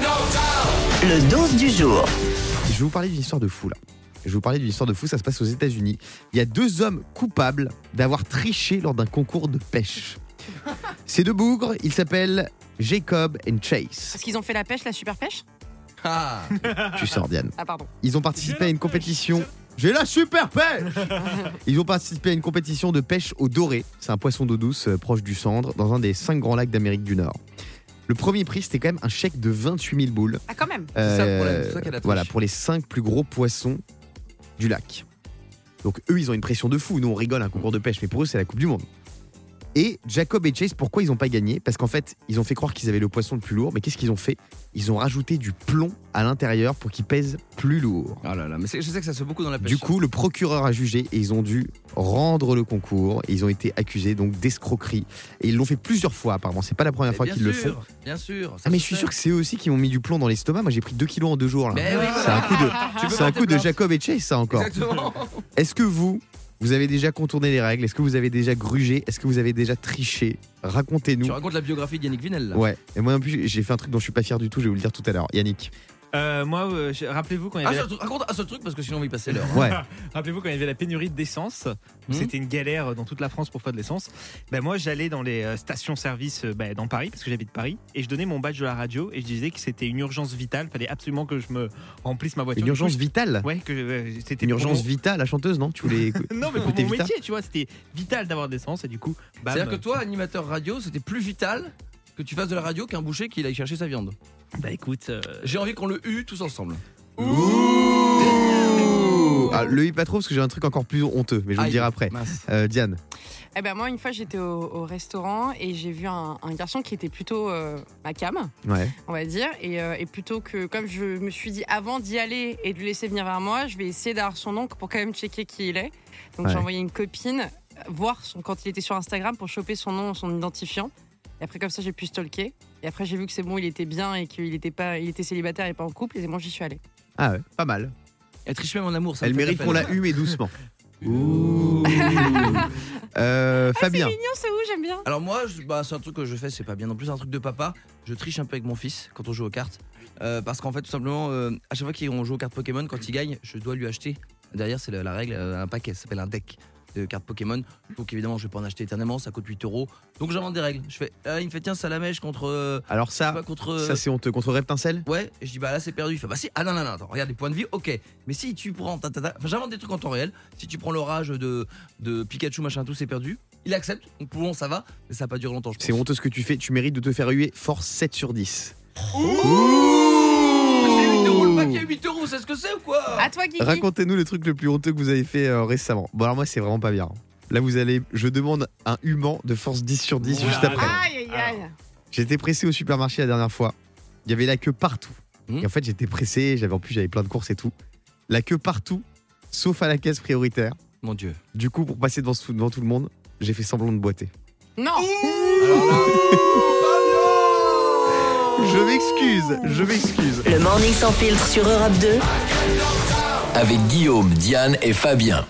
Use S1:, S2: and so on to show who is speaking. S1: Le dose du jour.
S2: Je vais vous parler d'une histoire de fou là. Je vais vous parler d'une histoire de fou, ça se passe aux États-Unis. Il y a deux hommes coupables d'avoir triché lors d'un concours de pêche. Ces deux bougres, ils s'appellent Jacob et Chase.
S3: Parce qu'ils ont fait la pêche, la super pêche
S2: Tu sors, Diane.
S3: Ah, pardon.
S2: Ils ont participé à une compétition. J'ai la super pêche Ils ont participé à une compétition de pêche au doré. C'est un poisson d'eau douce euh, proche du cendre, dans un des cinq grands lacs d'Amérique du Nord. Le premier prix, c'était quand même un chèque de 28 000 boules.
S3: Ah, quand même.
S4: C'est ça le problème, c'est ça qu'elle a
S2: voilà,
S4: triché.
S2: pour les cinq plus gros poissons du lac. Donc eux, ils ont une pression de fou. Nous, on rigole un concours de pêche, mais pour eux, c'est la Coupe du Monde. Et Jacob et Chase, pourquoi ils n'ont pas gagné Parce qu'en fait, ils ont fait croire qu'ils avaient le poisson le plus lourd, mais qu'est-ce qu'ils ont fait Ils ont rajouté du plomb à l'intérieur pour qu'il pèse plus lourd.
S4: Ah là là, mais c'est- je sais que ça se fait beaucoup dans la pêche.
S2: Du coup, le procureur a jugé et ils ont dû rendre le concours. Et ils ont été accusés donc d'escroquerie. Et ils l'ont fait plusieurs fois apparemment. C'est pas la première
S4: Mais
S2: fois
S4: bien
S2: qu'ils le font.
S4: sûr, Bien sûr.
S2: Ah, mais je suis sûr que c'est eux aussi qui m'ont mis du plomb dans l'estomac. Moi, j'ai pris 2 kilos en deux jours là.
S4: Mais oui,
S2: C'est
S4: voilà.
S2: un coup
S4: Tu
S2: de,
S4: peux
S2: Ah, c'est un
S4: porter
S2: coup de
S4: plainte.
S2: Jacob et Chase ça encore.
S4: Exactement.
S2: Est-ce que vous, vous avez déjà contourné les règles Est-ce que vous avez déjà grugé Est-ce que vous avez déjà triché Racontez-nous.
S4: Tu racontes la biographie de Yannick Vinel. là.
S2: Ouais. Et moi en plus, j'ai fait un truc dont je suis pas fier du tout. Je vais vous le dire tout à l'heure, Yannick.
S5: Euh, moi, euh, je- rappelez-vous
S2: Ah,
S5: quand, il y
S4: Un
S5: avait
S4: seul truc- Ah, raconte un seul truc parce que sinon on va y passer l'heure.
S2: Ouais.
S5: la- rappelez-vous quand il y avait la pénurie d'essence, où
S4: Mhm.
S2: Hmm.
S5: c'était une galère dans toute la France pour faire de l'essence. Ben moi, j'allais dans les euh, stations-service euh, ben, dans Paris, parce que j'habite Paris, et je donnais mon badge de la radio et je disais que c'était une urgence vitale, fallait absolument que je me remplisse ma voiture.
S2: Une
S5: Du
S2: urgence
S5: coup,
S2: vitale.
S5: je- Ouais, que euh, c'était
S2: Une
S5: pour
S2: urgence
S5: mon-
S2: vitale, la chanteuse, non Tu voulais.
S5: Non, mais pour
S2: Écoutez,
S5: mon
S2: Vita.
S5: métier, tu vois, c'était vital d'avoir de l'essence et du coup, bam.
S4: C'est-à-dire que toi, animateur radio, c'était plus vital que tu fasses de la radio qu'un boucher qui aille chercher sa viande.
S5: Bah écoute, euh,
S4: J'ai envie qu'on le hue tous ensemble.
S2: Ah, le hip pas trop parce que j'ai un truc encore plus honteux, mais je vous le
S4: Aïe,
S2: dirai après.
S4: mince.
S2: Euh, Diane,
S3: Eh ben, moi, une fois, j'étais au, au restaurant et j'ai vu un, un garçon qui était plutôt euh, ma cam,
S2: ouais.
S3: on va dire. Et, euh, et plutôt que, comme je me suis dit avant d'y aller et de le laisser venir vers moi, je vais essayer d'avoir son nom pour quand même checker qui il est. Donc,
S2: Ouais.
S3: j'ai envoyé une copine voir son, quand il était sur Instagram pour choper son nom, son identifiant. Et après, comme ça, j'ai pu stalker. Et après, j'ai vu que c'est bon, il était bien et qu'il était, pas- il était célibataire et pas en couple. Et c'est bon, j'y suis allée.
S2: Ah ouais, pas mal.
S4: Elle triche même en amour. Ça
S2: Elle
S4: me fait
S2: mérite
S4: peine.
S2: qu'on la hue, mais doucement.
S4: Ouh. Ah,
S2: Euh, Fabien,
S3: Mignon, c'est où J'aime bien.
S4: Alors moi, je- bah, c'est un truc que je fais, c'est pas bien non plus, c'est un truc de papa. Je triche un peu avec mon fils quand on joue aux cartes. Euh, parce qu'en fait, tout simplement, euh, à chaque fois qu'on joue aux cartes Pokémon, quand il gagne, je dois lui acheter. Derrière, c'est la, la règle, euh, un paquet, ça s'appelle un deck de cartes Pokémon. Donc évidemment, je vais pas en acheter éternellement, ça coûte 8 euros. Donc j'invente des règles. Je fais, ah, il me fait tiens, salamèche contre. euh,
S2: alors
S4: je sais
S2: ça,
S4: pas, contre. euh,
S2: ça c'est honteux. Contre Reptincelle
S4: Ouais, et je dis bah là c'est perdu. Il fait bah si, ah non, non, non, attends, regarde les points de vie, ok. Mais si tu prends, ta, ta, ta- enfin, j'invente des trucs en temps réel. Si tu prends l'orage de, de Pikachu, machin, tout, c'est perdu. Il accepte, donc pour le moment, ça va, mais ça va pas durer longtemps. je
S2: C'est
S4: pense.
S2: honteux ce que tu fais, tu mérites de te faire huer force 7 sur 10.
S4: Mais C'est 8 euros le paquet, 8 euros, c'est ce que c'est ou quoi
S3: À toi, Guigui.
S2: Racontez-nous le truc le plus honteux que vous avez fait euh, récemment. Bon alors moi c'est vraiment pas bien. hein. Là vous allez, je demande un human de force 10 sur 10
S5: Oula.
S2: juste après.
S3: Aïe, aïe, aïe.
S2: J'étais pressé au supermarché la dernière fois. Il y avait la queue partout.
S4: Hmm.
S2: Et en fait, j'étais pressé. J'avais en plus j'avais plein de courses et tout. La queue partout, sauf à la caisse prioritaire.
S4: Mon dieu.
S2: Du coup, pour passer devant, ce- devant tout le monde, j'ai fait semblant de boiter.
S3: Non.
S4: Alors là,
S2: Je m'excuse. Je m'excuse.
S1: Le morning sans filtre sur Europe 2.
S6: Avec Guillaume, Diane et Fabien.